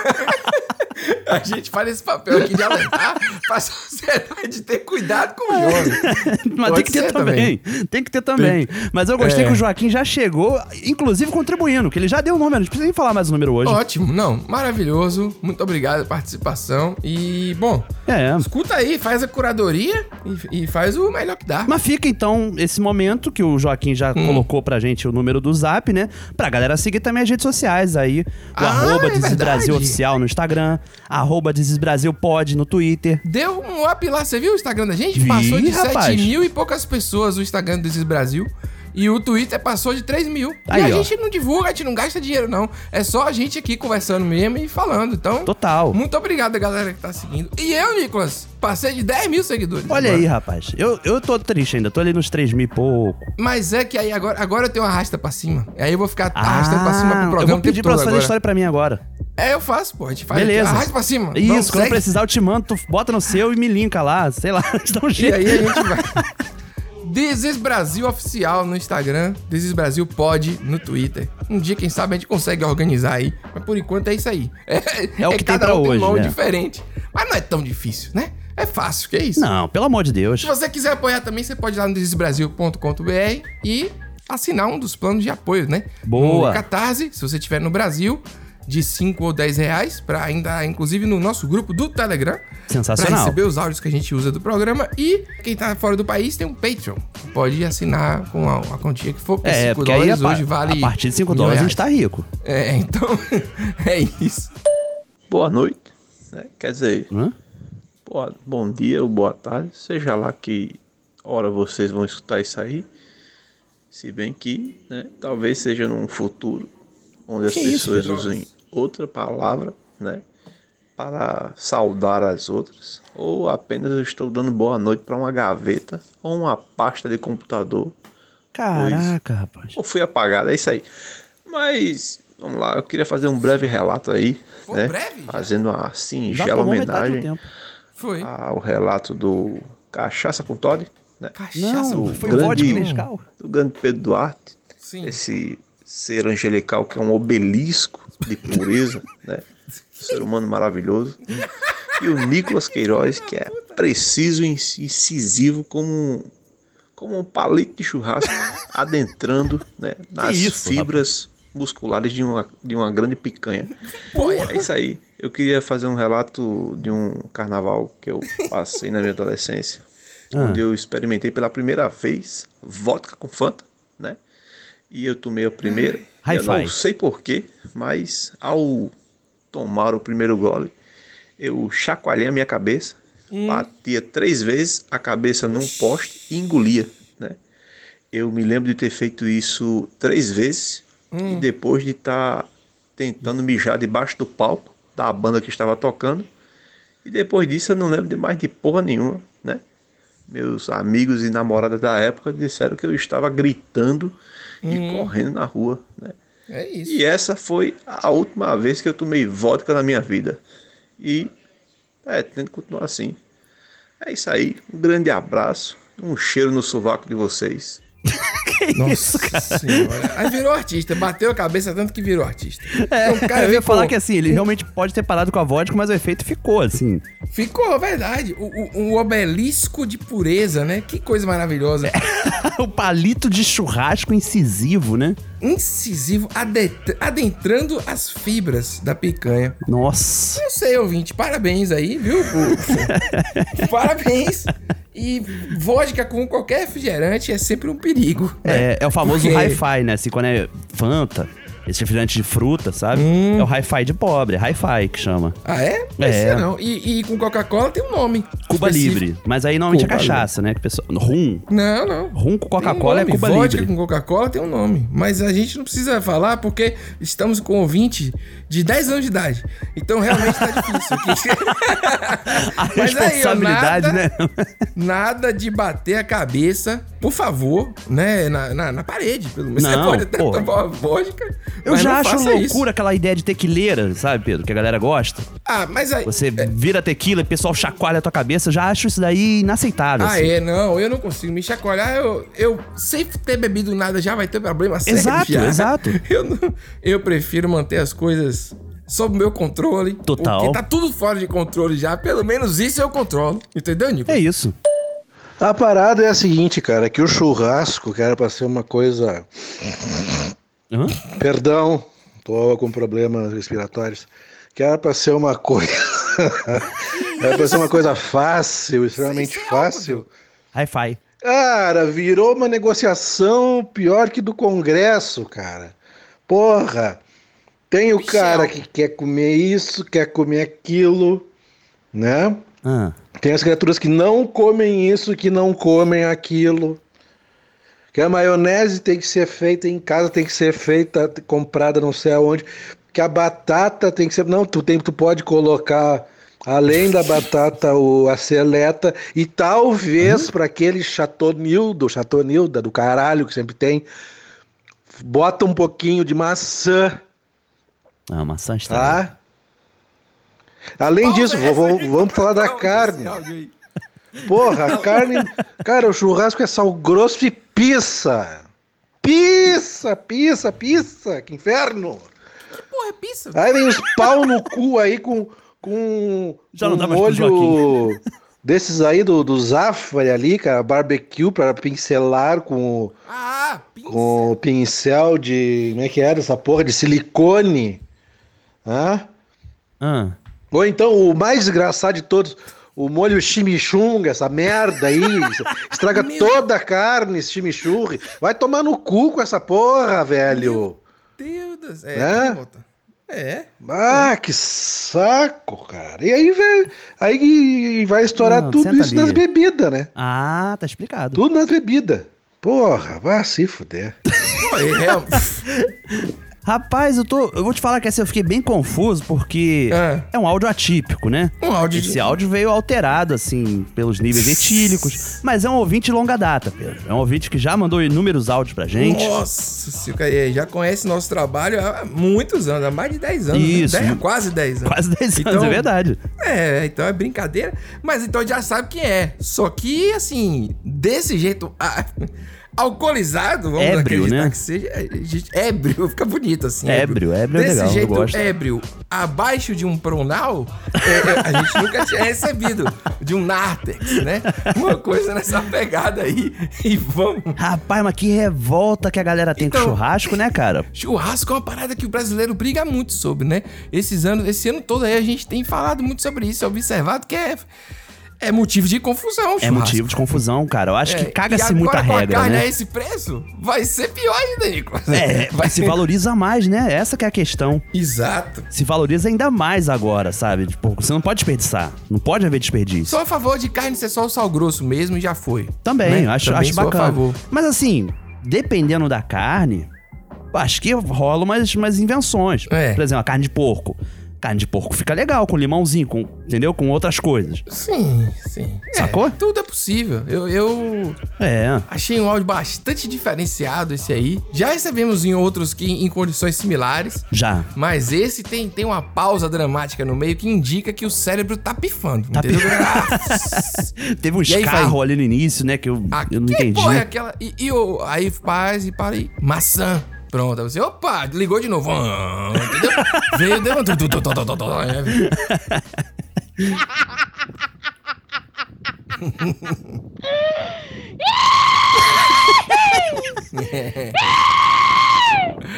B: A gente faz esse papel aqui de alertar pra sociedade ter cuidado com o jovem.
A: Mas tem
B: Pode
A: que ter
B: ser
A: também. Tem que ter também. Mas eu gostei
B: É.
A: que o Joaquim já chegou, inclusive contribuindo, que ele já deu o número. A gente precisa nem falar mais o número hoje.
B: Ótimo, não, maravilhoso. Muito obrigado pela participação. E, bom,
A: É.
B: escuta aí, faz a curadoria e, e faz o melhor que dá.
A: Mas fica então esse momento que o Joaquim já
B: Hum.
A: colocou pra gente o número do zap, né? Pra galera seguir também as redes sociais aí. O
B: Ah,
A: arroba
B: é
A: Desesbrasil Oficial no Instagram, arroba Desesbrasil Pod no Twitter.
B: Deu um up lá, você viu o Instagram da gente?
A: Vi,
B: passou de
A: rapaz.
B: 7 mil e poucas pessoas o Instagram do Desis Brasil. E o Twitter passou de 3 mil.
A: Aí,
B: e a
A: ó.
B: gente não divulga, a gente não gasta dinheiro, não. É só a gente aqui conversando mesmo e falando. Então,
A: Total.
B: muito obrigado a galera que tá seguindo. E eu, Nicolas, passei de 10 mil seguidores.
A: Olha
B: agora.
A: aí, rapaz. Eu, eu tô triste ainda, tô ali nos 3 mil e pouco.
B: Mas é que aí agora, agora eu tenho uma arrasta pra cima. Aí eu vou ficar arrastando Ah, tá pra cima pro
A: Ah,
B: programa.
A: eu vou
B: o tempo
A: pedir pra
B: todo
A: você fazer a
B: agora.
A: história pra mim agora.
B: É, eu faço, pô. A gente faz.
A: Beleza.
B: aqui, Arrasta pra cima.
A: Isso,
B: Vamos,
A: quando
B: segue.
A: precisar eu te mando, tu bota no seu e me linka lá, sei lá, *laughs* dá um jeito.
B: E aí a gente vai. *laughs* This is Brasil Oficial no Instagram, This is Brasil Pod no Twitter. Um dia, quem sabe, a gente consegue organizar aí. Mas por enquanto é isso aí. É,
A: É o que tem pra
B: um
A: hoje,
B: um nome
A: né?
B: diferente. Mas não é tão difícil, né? É fácil, que é isso.
A: Não, pelo amor de Deus.
B: Se você quiser apoiar também, você pode ir lá no desbrasil.com.br e assinar um dos planos de apoio, né?
A: Boa.
B: No Catarse, se você estiver no Brasil, de 5 ou 10 reais, pra ainda, inclusive, no nosso grupo do Telegram.
A: Sensacional.
B: Pra receber os áudios que a gente usa do programa. E quem tá fora do país tem um Patreon. Pode assinar com a, a quantia que for. por
A: É,
B: cinco
A: porque aí a,
B: dólares
A: pa-
B: hoje vale
A: a partir de 5
B: mil
A: dólares a
B: reais.
A: gente tá rico.
B: É, então, *laughs* é isso.
J: Boa noite, né? Quer dizer, boa- bom dia ou boa tarde, seja lá que hora vocês vão escutar isso aí. Se bem que, né, talvez seja num futuro onde as
M: Que isso,
J: pessoas
M: Pedro?
J: usem outra palavra, né, para saudar as outras, ou apenas eu estou dando boa noite para uma gaveta ou uma pasta de computador
A: Caraca, rapaz.
J: ou fui apagado, é isso aí. Mas, vamos lá, eu queria fazer um breve relato aí, né? Fazendo uma
A: Já
J: singela
A: é tomou metade do
J: homenagem
A: tempo.
B: Foi.
J: ao relato do
K: Cachaça com Toddy, né?
A: Cachaça,
K: do
A: foi um
K: grande,
A: vodka e Nescau.
K: Do grande Pedro Duarte.
B: Sim.
K: Esse ser angelical que é um obelisco de pureza, né? Um ser humano maravilhoso. E o Nicolas Queiroz, que é preciso e incisivo como um, como um palito de churrasco adentrando né, nas
B: isso,
K: fibras musculares de uma, de uma grande picanha. É isso aí. Eu queria fazer um relato de um carnaval que eu passei na minha adolescência,
A: Ah.
K: onde eu experimentei pela primeira vez vodka com Fanta, né? E eu tomei a primeira. e eu
A: Hi-fi.
K: não sei porquê, mas ao tomar o primeiro gole, eu chacoalhei a minha cabeça, batia três vezes a cabeça num poste e engolia, né? Eu me lembro de ter feito isso três vezes e depois de estar tentando mijar debaixo do palco da banda que estava tocando. E depois disso eu não lembro de mais de porra nenhuma, né? Meus amigos e namoradas da época disseram que eu estava gritando e correndo na rua, né?
B: É isso.
K: E essa foi a última vez que eu tomei vodka na minha vida. E é, tento continuar assim. É isso aí. Um grande abraço. Um cheiro no sovaco de vocês.
B: Nossa senhora. Aí virou artista, bateu a cabeça tanto que virou artista.
A: É,
B: Então, o cara
A: eu ia
B: ficou-
A: falar que assim, ele realmente pode ter parado com a vodka, mas o efeito ficou, assim.
B: Ficou, é verdade. O, o- um obelisco de pureza, né? Que coisa
A: É.
B: maravilhosa.
A: *laughs* o palito de churrasco incisivo, né?
B: Incisivo, adet- adentrando as fibras da picanha.
A: Nossa.
B: Eu sei, ouvinte. Parabéns aí, viu?
A: *laughs*
B: Por- parabéns. E vodka com qualquer refrigerante é sempre um perigo.
A: É, é o famoso
B: Porque-
A: hi-fi, né? Assim, quando é Fanta, esse refrigerante de fruta, sabe? É o hi-fi de pobre, é hi-fi que chama.
B: Ah, é? Não
A: É.
B: sei não. E, e com Coca-Cola tem um nome.
A: Cuba
B: específico.
A: Livre. Mas aí normalmente
B: Cuba
A: é cachaça, né? Que pessoa... Rum.
B: Não, não.
A: Rum com
B: Tem um
A: Coca-Cola
B: nome.
A: é Cuba
B: Vodka
A: Livre.
B: com Coca-Cola tem um nome. Mas a gente não precisa falar porque estamos com ouvinte de 10 anos de idade. Então realmente tá difícil.
A: *laughs* A
B: Mas aí, ó,
A: responsabilidade,
B: nada-
A: né?
B: Nada de bater a cabeça, por favor, né? Na, na, na parede, pelo menos. Você
A: Não,
B: pode até
A: pô.
B: tomar uma vodka.
A: Eu
B: mas
A: já
B: não
A: acho
B: faça
A: loucura
B: isso.
A: aquela ideia de tequileira, sabe, Pedro? Que a galera gosta.
B: Ah, mas aí.
A: Você vira tequila e o pessoal chacoalha a tua cabeça. Eu já acho isso daí inaceitável.
B: Ah,
A: assim.
B: é, não, eu não consigo me chacoalhar. Ah, Eu, eu sem ter bebido nada já vai ter problema sério.
A: Exato,
B: já.
A: exato.
B: *laughs* Eu, não- eu prefiro manter as coisas sob meu controle.
A: Total.
B: Porque tá tudo fora de controle já. Pelo menos isso eu controlo. Entendeu, Nico?
A: É isso.
N: A parada é a seguinte, cara, que o churrasco, que era pra ser uma coisa. Perdão, tô com problemas respiratórios. Que era pra ser uma coisa. era pra ser uma coisa fácil, extremamente fácil.
A: Hi-Fi.
N: Cara, virou uma negociação pior que do Congresso, cara. Porra! Tem o cara que quer comer isso, quer comer aquilo, né? Tem as criaturas que não comem isso, que não comem aquilo. Que a maionese tem que ser feita em casa, tem que ser feita, t- comprada não sei aonde. Que a batata tem que ser. Não, tu, tem, tu pode colocar além da batata o, a seleta. E talvez para aquele chatonildo, chatonilda do caralho que sempre tem, bota um pouquinho de maçã.
A: Ah, maçã estragada.
N: Tá? Além disso, vou- vou- vamos falar da carne. Porra, a carne. Cara, o churrasco é sal grosso e pizza. Pizza, pizza, pizza. Que inferno.
B: Porra, é pizza.
N: Aí vem os pau no cu aí com. com
A: Já não
N: com
A: dá
N: um
A: mais pro
N: molho desses aí do, do Zafari ali, cara. Barbecue para pincelar com. o-
B: Ah,
N: Com o pincel de. Como é que era essa porra? De silicone. Hã?
A: Ah.
N: Ou então, o mais engraçado de todos, o molho chimichunga, essa merda aí, isso estraga toda a carne, esse chimichurri. Vai tomar no cu com essa porra, velho.
B: Meu Deus. É,
N: Né?
B: bota. é.
N: Ah, que saco, cara. E aí, velho, aí que vai estourar
A: Não,
N: tudo
A: senta
N: isso
A: ali.
N: nas bebidas, né?
A: Ah, tá explicado.
N: Tudo nas bebidas. Porra, vai se fuder.
B: Pô, é, é-
A: Rapaz, eu tô. Eu vou te falar que assim, eu fiquei bem confuso, porque é, um áudio atípico, né?
B: Um áudio
A: Esse áudio veio alterado, assim, pelos níveis etílicos, mas é um ouvinte de longa data, Pedro. É um ouvinte que já mandou inúmeros áudios pra *laughs* gente.
B: Nossa, Silca, e aí, já conhece nosso trabalho há muitos anos, há mais de 10 anos. né?
A: Isso.
B: Dez- quase 10 anos.
A: Quase 10 anos, é verdade.
B: É, então é brincadeira. Mas então já sabe quem é. Só que, assim, desse jeito. ah, Alcoolizado, vamos
A: Ébrio,
B: acreditar
A: né?
B: que seja. é, gente, Ébrio, fica bonito assim.
A: Ébrio, ébrio é
B: Desse
A: legal, eu
B: jeito,
A: gosto.
B: ébrio, abaixo de um pronal, é, é, a gente nunca tinha recebido. De um nártex, né? Uma coisa nessa pegada aí. *laughs* E vamos.
A: Rapaz, mas que revolta que a galera tem com
B: Então-
A: churrasco, né, cara?
B: Churrasco é uma parada que o brasileiro briga muito sobre, né? Esses anos, esse ano todo aí a gente tem falado muito sobre isso, observado que é, é motivo de confusão,
A: É
B: churrasco.
A: motivo de confusão, cara. Eu acho que
B: É,
A: caga-se
B: e
A: muita
B: agora com a
A: regra,
B: carne
A: né?
B: a esse preço, vai ser pior ainda, Nicolas.
A: É,
B: *laughs*
A: vai se valoriza mais, né? Essa que é a questão.
B: Exato.
A: Se valoriza ainda mais agora, sabe? Tipo, você não pode desperdiçar. Não pode haver desperdício.
B: Sou a favor de carne ser só o sal grosso mesmo e já foi.
A: Também,
B: né?
A: acho,
B: Também
A: acho
B: sou a
A: bacana.
B: favor.
A: Mas assim, dependendo da carne, acho que rolam umas, umas invenções.
B: É.
A: Por exemplo, a carne de porco. Carne de porco fica legal com limãozinho, com, entendeu? Com outras coisas.
B: Sim, sim.
A: Sacou?
B: É, tudo é possível. Eu, eu
A: É.
B: achei um áudio bastante diferenciado esse aí. Já recebemos em outros que em condições similares.
A: Já.
B: Mas esse tem, tem uma pausa dramática no meio que indica que o cérebro tá pifando. entendeu? *laughs*
A: Teve um
B: E aí,
A: escarro ali no início, né? Que eu, eu não
B: Que
A: entendi.
B: porra é aquela. E, e o- aí faz e para aí. Maçã. Pronto. Aí você, opa, ligou de novo. Ah,
A: *laughs*
B: Entendeu? Veio, deu. um tu, tu, tu, tu, tu, tu, tu, né?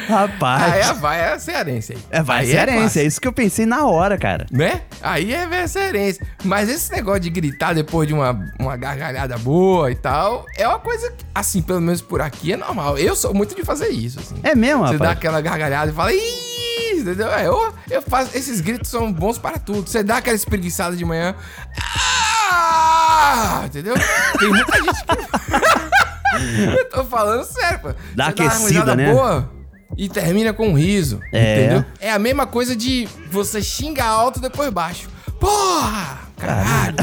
A: Rapaz.
B: Aí é, vai, é cearense aí.
A: É, vai
B: Aí
A: ser herência. É
B: fácil.
A: isso que eu pensei na hora, cara.
B: Né? Aí é ver cearense. Mas esse negócio de gritar depois de uma, uma gargalhada boa e tal, é uma coisa que, assim, pelo menos por aqui é normal. Eu sou muito de fazer isso, assim.
A: É mesmo,
B: Você
A: rapaz?
B: dá aquela gargalhada e fala, "Ih", entendeu? É, Eu, eu faço, esses gritos são bons para tudo. Você dá aquela espreguiçada de manhã. "Ah", entendeu? Tem muita gente que. *laughs* eu tô falando sério, pô.
A: Dá
B: Você uma
A: aquecida,
B: risada
A: né?
B: boa e termina com um riso.
A: É.
B: Entendeu? É a mesma coisa de você xinga alto depois baixo. Porra! Caralho!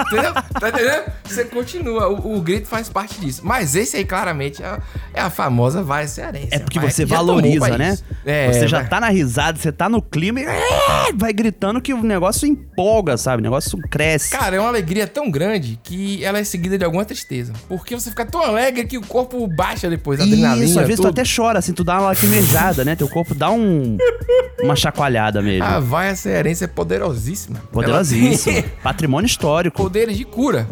B: entendeu? Tá entendendo? Você continua, o, o grito faz parte disso. Mas esse aí, claramente, é, é a famosa vai cearense.
A: É porque
B: Vai,
A: você
B: já tomou pra
A: valoriza, né?
B: isso. um É,
A: você já
B: vai.
A: tá na risada, você tá no clima e "Ah!" vai gritando que o negócio empolga, sabe? O negócio cresce.
B: Cara, é uma alegria tão grande que ela é seguida de alguma tristeza. Porque você fica tão alegre que o corpo baixa depois, a adrenalina.
A: Isso, às vezes
B: tudo.
A: tu até chora, assim, tu dá uma lacrimejada, né? Teu corpo dá um. uma chacoalhada mesmo.
B: A vaia cearense é poderosíssima.
A: Poderosíssimo.
B: Ela tem *laughs*
A: Patrimônio histórico.
B: Poderes de cura.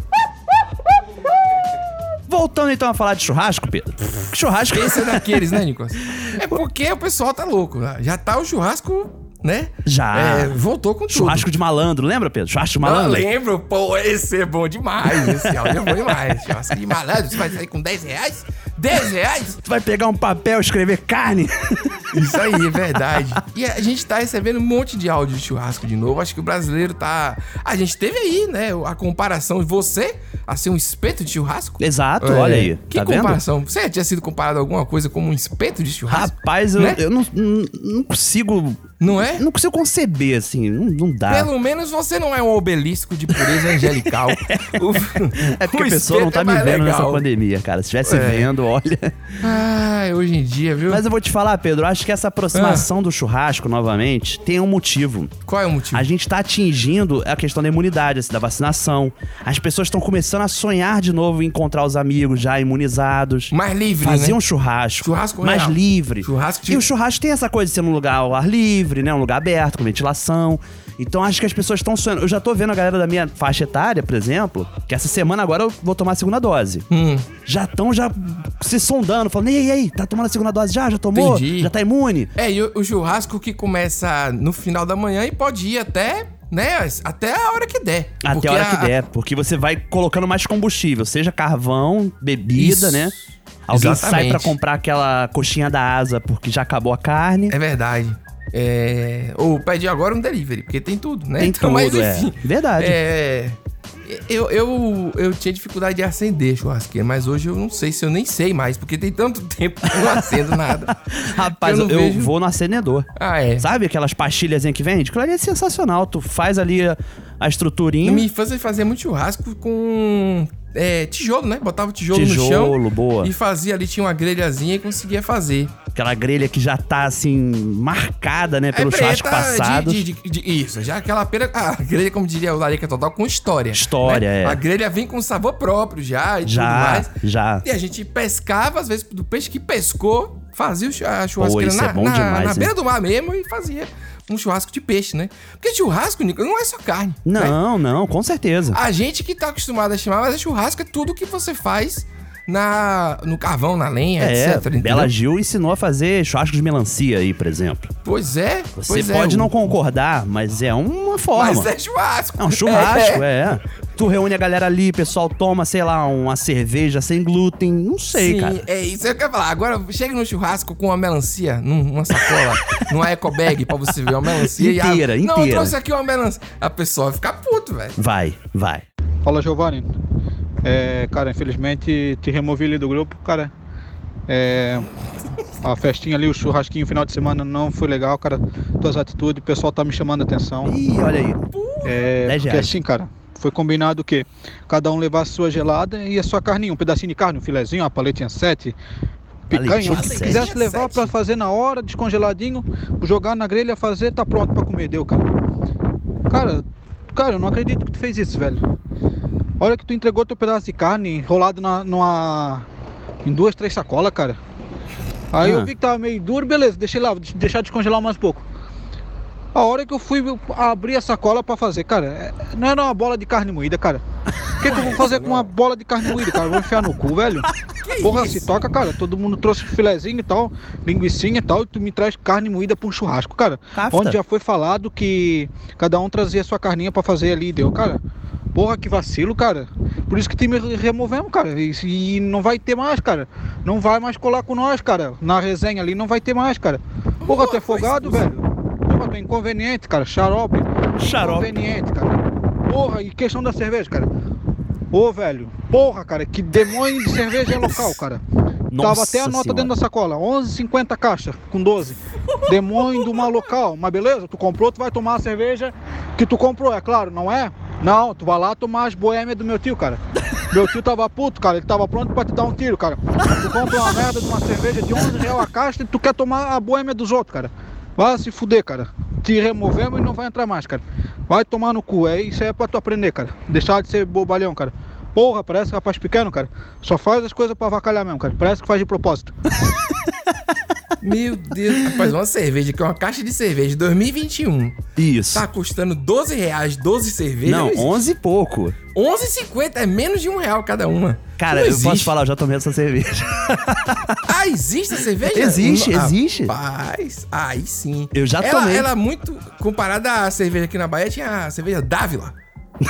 A: Voltando então a falar de churrasco, Pedro. Churrasco.
B: Esse é daqueles, né, Nicolas? É porque o pessoal tá louco. né? Já tá o churrasco, né?
A: Já.
B: É, voltou com tudo.
A: Churrasco de malandro, lembra, Pedro? Churrasco de
B: Não,
A: malandro?
B: lembro, pô, esse é bom demais. Esse áudio é bom demais. Churrasco de malandro, você vai sair com 10 reais? 10 reais?
A: Tu vai pegar um papel e escrever
B: *laughs*
A: carne?
B: Isso aí, é verdade. E a gente tá recebendo um monte de áudio de churrasco de novo. Acho que o brasileiro tá. A gente teve aí, né? A comparação de você a ser um espeto de churrasco.
A: Exato,
B: É.
A: olha aí.
B: Que
A: tá vendo?
B: comparação? Você tinha sido comparado a alguma coisa como um espeto de churrasco?
A: Rapaz, eu,
B: Né?
A: eu não, não- não consigo.
B: Não é?
A: Não consigo conceber, assim. Não, não dá.
B: Pelo menos você não é um obelisco de pureza angelical.
A: *laughs* é porque a pessoa não tá me vendo nessa pandemia, cara. Se estivesse
B: É.
A: vendo, olha.
B: Ah, hoje em dia, viu?
A: Mas eu vou te falar, Pedro, acho que essa
B: Ah.
A: aproximação do churrasco, novamente, tem um motivo.
B: Qual é o motivo?
A: A gente tá atingindo a questão da imunidade, assim, da vacinação. As pessoas estão começando a sonhar de novo em encontrar os amigos já imunizados.
B: Mais livre,
A: Fazer
B: né?
A: um churrasco.
B: Churrasco
A: Mais
B: real.
A: livre.
B: Churrasco de-
A: E o churrasco tem essa coisa de ser num lugar ao ar livre, né? Um lugar aberto, com ventilação. Então acho que as pessoas estão sonhando. Eu já tô vendo a galera da minha faixa etária, por exemplo, que essa semana agora eu vou tomar a segunda dose.
B: Hum.
A: Já estão já se sondando, falando, ei, ei, ei, tá tomando a segunda dose já? Já tomou?
B: Entendi.
A: Já tá imune?
B: É, e o, o churrasco que começa no final da manhã e pode ir até, né? Até a hora que der.
A: Até
B: Porque
A: a hora
B: a-
A: que der, porque você vai colocando mais combustível, seja carvão, bebida,
B: Isso.
A: né? Alguém sai
B: Exatamente.
A: pra comprar aquela coxinha da asa porque já acabou a carne.
B: É verdade. *laughs* É, Ou pede agora um delivery, porque tem tudo, né?
A: Tem tudo, é. Verdade.
B: É... Eu, eu, eu tinha dificuldade de acender churrasqueira, mas hoje eu não sei se eu nem sei mais, porque tem tanto *laughs* tempo que eu não acendo nada.
A: *laughs* Rapaz,
B: Eu
A: eu,
B: não vejo-
A: vou no acendedor.
B: Ah, é?
A: Sabe aquelas pastilhas que vende? Aquilo ali é sensacional. Tu faz ali a, a estruturinha.
B: Na minha infância fazia muito churrasco com é, tijolo, né? Botava o tijolo, no chão.
A: Tijolo, boa.
B: E fazia ali, tinha uma grelhazinha e conseguia fazer.
A: Aquela grelha que já tá, assim, marcada, né? Pelo
B: É preta
A: churrasco passado.
B: de- de- de- de- isso, já aquela pera, ah, a grelha, como diria o Larica Total, com história. né?
A: História, é.
B: A grelha vem com sabor próprio já e tudo
A: já,
B: mais. É.
A: já.
B: E a gente pescava, às vezes, do peixe que pescou, fazia o chu- a
A: Pô,
B: churrasqueira
A: isso
B: na,
A: é bom
B: na-
A: demais,
B: na
A: hein?
B: beira do mar mesmo e fazia um churrasco de peixe, né? Porque churrasco, Nico, não é só carne.
A: Não, não, com certeza.
B: A gente que tá acostumado a chamar, mas é churrasco é tudo que você faz na, no carvão, na lenha,
A: É,
B: etc. entendeu?
A: Bela Gil ensinou a fazer churrasco de melancia aí, por exemplo.
B: Pois é,
A: Você
B: pois é,
A: pode
B: o-
A: não concordar, mas é uma forma.
B: Mas é churrasco.
A: É um
B: *laughs*
A: churrasco, é. Tu reúne a galera ali, o pessoal toma, sei lá, uma cerveja sem glúten, não sei,
B: Sim,
A: cara.
B: é isso que eu quero falar. Agora, chega no churrasco com uma melancia, num- numa sacola, *laughs* numa eco bag pra você ver uma melancia. e a-
A: Inteira,
B: Não, eu
A: inteira.
B: trouxe aqui uma melancia. A pessoa vai ficar puto, velho.
A: Vai, vai.
O: Fala, Giovanni. É, cara, infelizmente te removi ali do grupo, cara. É, a festinha ali, o churrasquinho final de semana não foi legal, cara. Tuas atitudes, o pessoal tá me chamando a atenção.
A: Ih, olha aí.
O: É,
A: 10
O: porque
A: reais.
O: assim, cara, foi combinado que cada um levasse sua gelada e a sua carninha, um pedacinho de carne, um filezinho, uma paletinha 7, picanha,
P: Paletinha
O: o que
P: sete.
O: quisesse levar pra fazer na hora, descongeladinho, jogar na grelha, fazer, tá pronto pra comer, deu, cara. Cara, cara, eu não acredito que tu fez isso, velho. A hora que tu entregou teu pedaço de carne enrolado na, numa. em duas, três sacolas, cara. Aí
P: Ah.
O: eu vi que tava meio duro, beleza, deixei lá, vou deixar descongelar mais pouco. A hora que eu fui abrir a sacola pra fazer, cara, é- não era uma bola de carne moída, cara. O que, que eu vou fazer com uma bola de carne moída, cara? Eu Vou enfiar no cu, velho. Porra, se toca, cara. Todo mundo trouxe filezinho e tal, linguicinha e tal, e tu me traz carne moída pra um churrasco, cara.
A: Kafta.
O: Onde já foi falado que cada um trazia sua carninha pra fazer ali, deu, cara. Porra, que vacilo, cara. Por isso que te me removemos, cara. E, se- e não vai ter mais, cara. Não vai mais colar com nós, cara. Na resenha ali não vai ter mais, cara. Porra, tu é folgado, velho. Porra, tu é inconveniente, cara. Xarope.
A: Xarope.
O: Inconveniente, cara. Porra, e questão da cerveja, cara. Ô, velho. Porra, cara, que demônio de cerveja é local, cara. Tava
P: Nossa
O: até a nota
P: Senhora.
O: dentro da sacola, 11,50 caixa, com 12. Demônio de uma local, mas beleza, tu comprou, tu vai tomar a cerveja que tu comprou, é claro, não é? Não, tu vai lá tomar as boêmias do meu tio, cara. Meu tio tava puto, cara, ele tava pronto pra te dar um tiro, cara. Tu compra uma merda de uma cerveja de 11 real a caixa e tu quer tomar a boêmia dos outros, cara. Vai se fuder, cara. Te removemos e não vai entrar mais, cara. Vai tomar no cu, é isso aí é pra tu aprender, cara. Deixar de ser bobalhão, cara. Porra, parece rapaz pequeno, cara. Só faz as coisas pra avacalhar mesmo, cara. Parece que faz de propósito.
B: Meu Deus. Rapaz, uma cerveja que é uma caixa de cerveja de 2021.
A: Isso.
B: Tá custando 12 reais, 12 cervejas.
A: não, 11 e pouco.
B: 11,50 é menos de um real cada uma.
A: Cara,
B: Não
A: eu
B: existe.
A: posso falar, eu já tomei essa cerveja.
B: Ah, existe a cerveja?
A: Existe,
B: Não,
A: existe.
B: Rapaz, aí sim.
A: Eu já
B: ela,
A: tomei.
B: ela é muito. Comparada à cerveja aqui na Bahia, tinha a cerveja Dávila.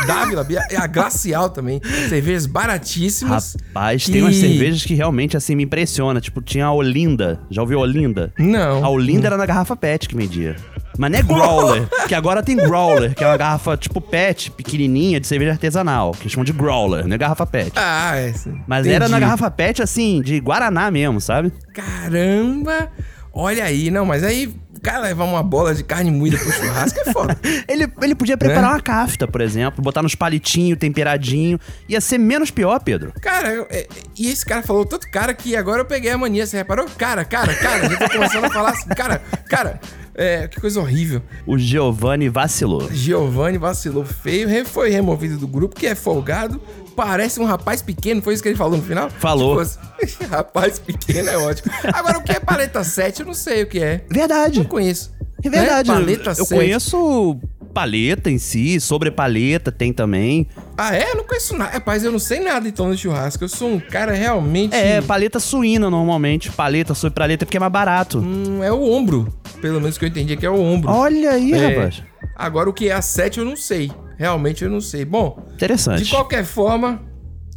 B: Dávila, e a Glacial também. Cervejas baratíssimas.
A: Rapaz,
B: que-
A: tem umas cervejas que realmente, assim, me impressiona. Tipo, tinha a Olinda. Já ouviu a Olinda?
B: Não.
A: A Olinda era na garrafa pet que media. Mas não é growler, que agora tem growler, que é uma garrafa tipo pet, pequenininha, de cerveja artesanal, que chamam de growler, não é garrafa pet.
B: Ah, é. sim.
A: Mas
B: Entendi.
A: era na garrafa pet, assim, de Guaraná mesmo, sabe?
B: Caramba! Olha aí, não, mas aí o cara levar uma bola de carne moída pro churrasco é foda.
A: ele, ele podia Preparar uma cafta, por exemplo, botar nos palitinhos, temperadinho. Ia ser menos pior, Pedro.
B: Cara, eu- é- e esse cara falou tanto cara que agora eu peguei a mania, você reparou? Cara, cara, cara, já tô começando a falar assim, cara, cara, é, que coisa horrível.
A: O Giovanni vacilou.
B: Giovanni vacilou feio, re- foi removido do grupo, que é folgado, parece um rapaz pequeno, foi isso que ele falou no final?
A: Falou.
B: Tipo assim, *laughs* rapaz pequeno é ótimo. Agora, o que é paleta 7? Eu não sei o que é.
A: Verdade.
B: Não conheço.
A: É verdade.
B: Né? Paleta
A: eu
B: 7.
A: conheço paleta em si, sobre paleta tem também.
B: Ah, é? Eu não conheço nada. Rapaz, eu não sei nada então de churrasco. Eu sou um cara realmente.
A: É, paleta suína normalmente. Paleta sobre paleta porque é mais barato.
B: Hum, é o ombro. Pelo menos que eu entendi que é o ombro.
A: Olha aí,
B: É.
A: rapaz.
B: Agora, o que é a 7 eu não sei. Realmente eu não sei. Bom,
A: Interessante.
B: de qualquer forma,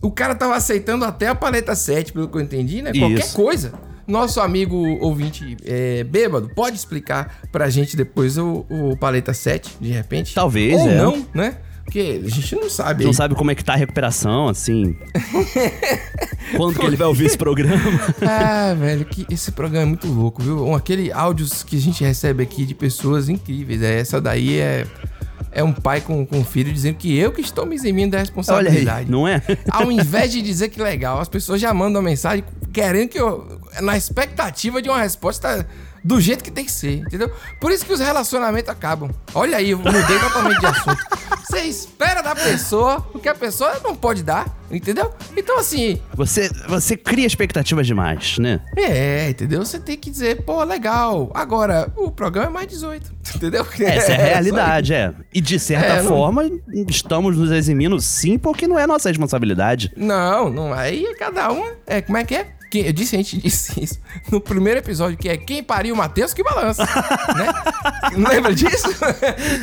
B: o cara tava aceitando até a paleta 7, pelo que eu entendi, né? Qualquer
A: Isso.
B: coisa. Nosso amigo ouvinte é, bêbado pode explicar pra gente depois o, o paleta 7, de repente.
A: Talvez,
B: Ou
A: é.
B: não, né? Porque a gente não sabe.
A: Não sabe como é que tá a recuperação, assim. Quando que ele vai ouvir esse programa?
B: *laughs* *laughs* Ah, velho, que esse programa é muito louco, viu? Um, Aquele áudios que a gente recebe aqui de pessoas incríveis. é, Essa daí é, é um pai com, com um filho dizendo que eu que estou me eximindo da
A: Olha
B: responsabilidade.
A: aí, não é?
B: Ao invés de dizer que legal, as pessoas já mandam mensagem querendo que eu. na expectativa de uma resposta do jeito que tem que ser, entendeu? Por isso que os relacionamentos acabam. Olha aí, eu mudei totalmente de assunto. Você espera da pessoa o que a pessoa não pode dar, entendeu? Então, assim,
A: Você, você cria expectativas demais, né?
B: é, entendeu? Você tem que dizer, pô, legal. Agora, o programa é mais 18, entendeu?
A: Essa é a
B: só
A: realidade, é. E de certa
B: É, não-
A: forma, estamos nos eximindo sim, porque não é nossa responsabilidade.
B: Não, não. Aí é cada um. É, como é que é? Quem, eu disse, a gente disse *laughs* isso no primeiro episódio, que é quem pariu o Matheus
A: *laughs*
B: que balança. né? Lembra disso?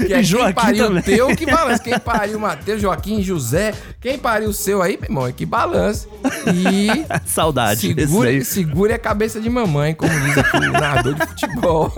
B: que é
A: Joaquim
B: quem pariu
A: também.
B: o teu que balança. Quem pariu o Matheus, Joaquim, José. Quem pariu o seu aí, meu irmão, é que balança. E.
A: Saudade.
B: Segure,
A: Esse
B: segure a cabeça de mamãe, como diz aqui o narrador de futebol.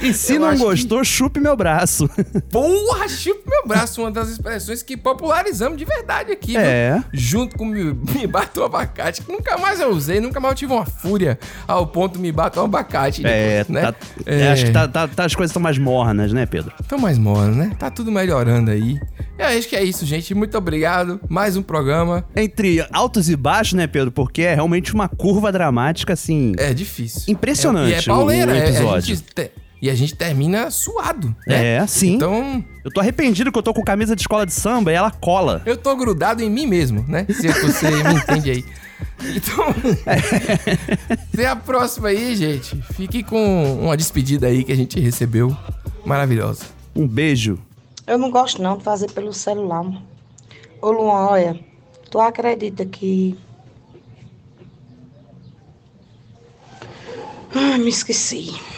A: aí. E se não gostou, chupe meu braço.
B: Porra, chupa meu braço, uma das expressões que popularizamos de verdade aqui. viu?
A: É.
B: Junto com me, *laughs* me bata o abacate, que nunca mais eu usei, nunca mais eu tive uma fúria ao ponto me bata o abacate.
A: É, *laughs*
B: né?
A: tá- é, acho que tá- tá- tá- as coisas estão mais mornas, né, Pedro?
B: Tão mais morno, né? Tá tudo melhorando aí. Eu acho que é isso, gente. Muito obrigado. Mais um programa.
A: Entre altos e baixos, né, Pedro? Porque é realmente uma curva dramática, assim.
B: É difícil.
A: Impressionante
B: É, e é pauleira,
A: o, o
B: é- é a
A: episódio.
B: gente te- e a gente termina suado. né?
A: É, sim.
B: Então.
A: Eu tô arrependido que eu tô com camisa de escola de samba e ela cola.
B: Eu tô grudado em mim mesmo, né? Se você me entende aí. Então. Até a próxima aí, gente. Fique com uma despedida aí que a gente recebeu. Maravilhosa.
A: Um beijo.
P: Eu não gosto não de fazer pelo celular. mano. Ô Luan, olha, tu acredita que. Ai, me esqueci.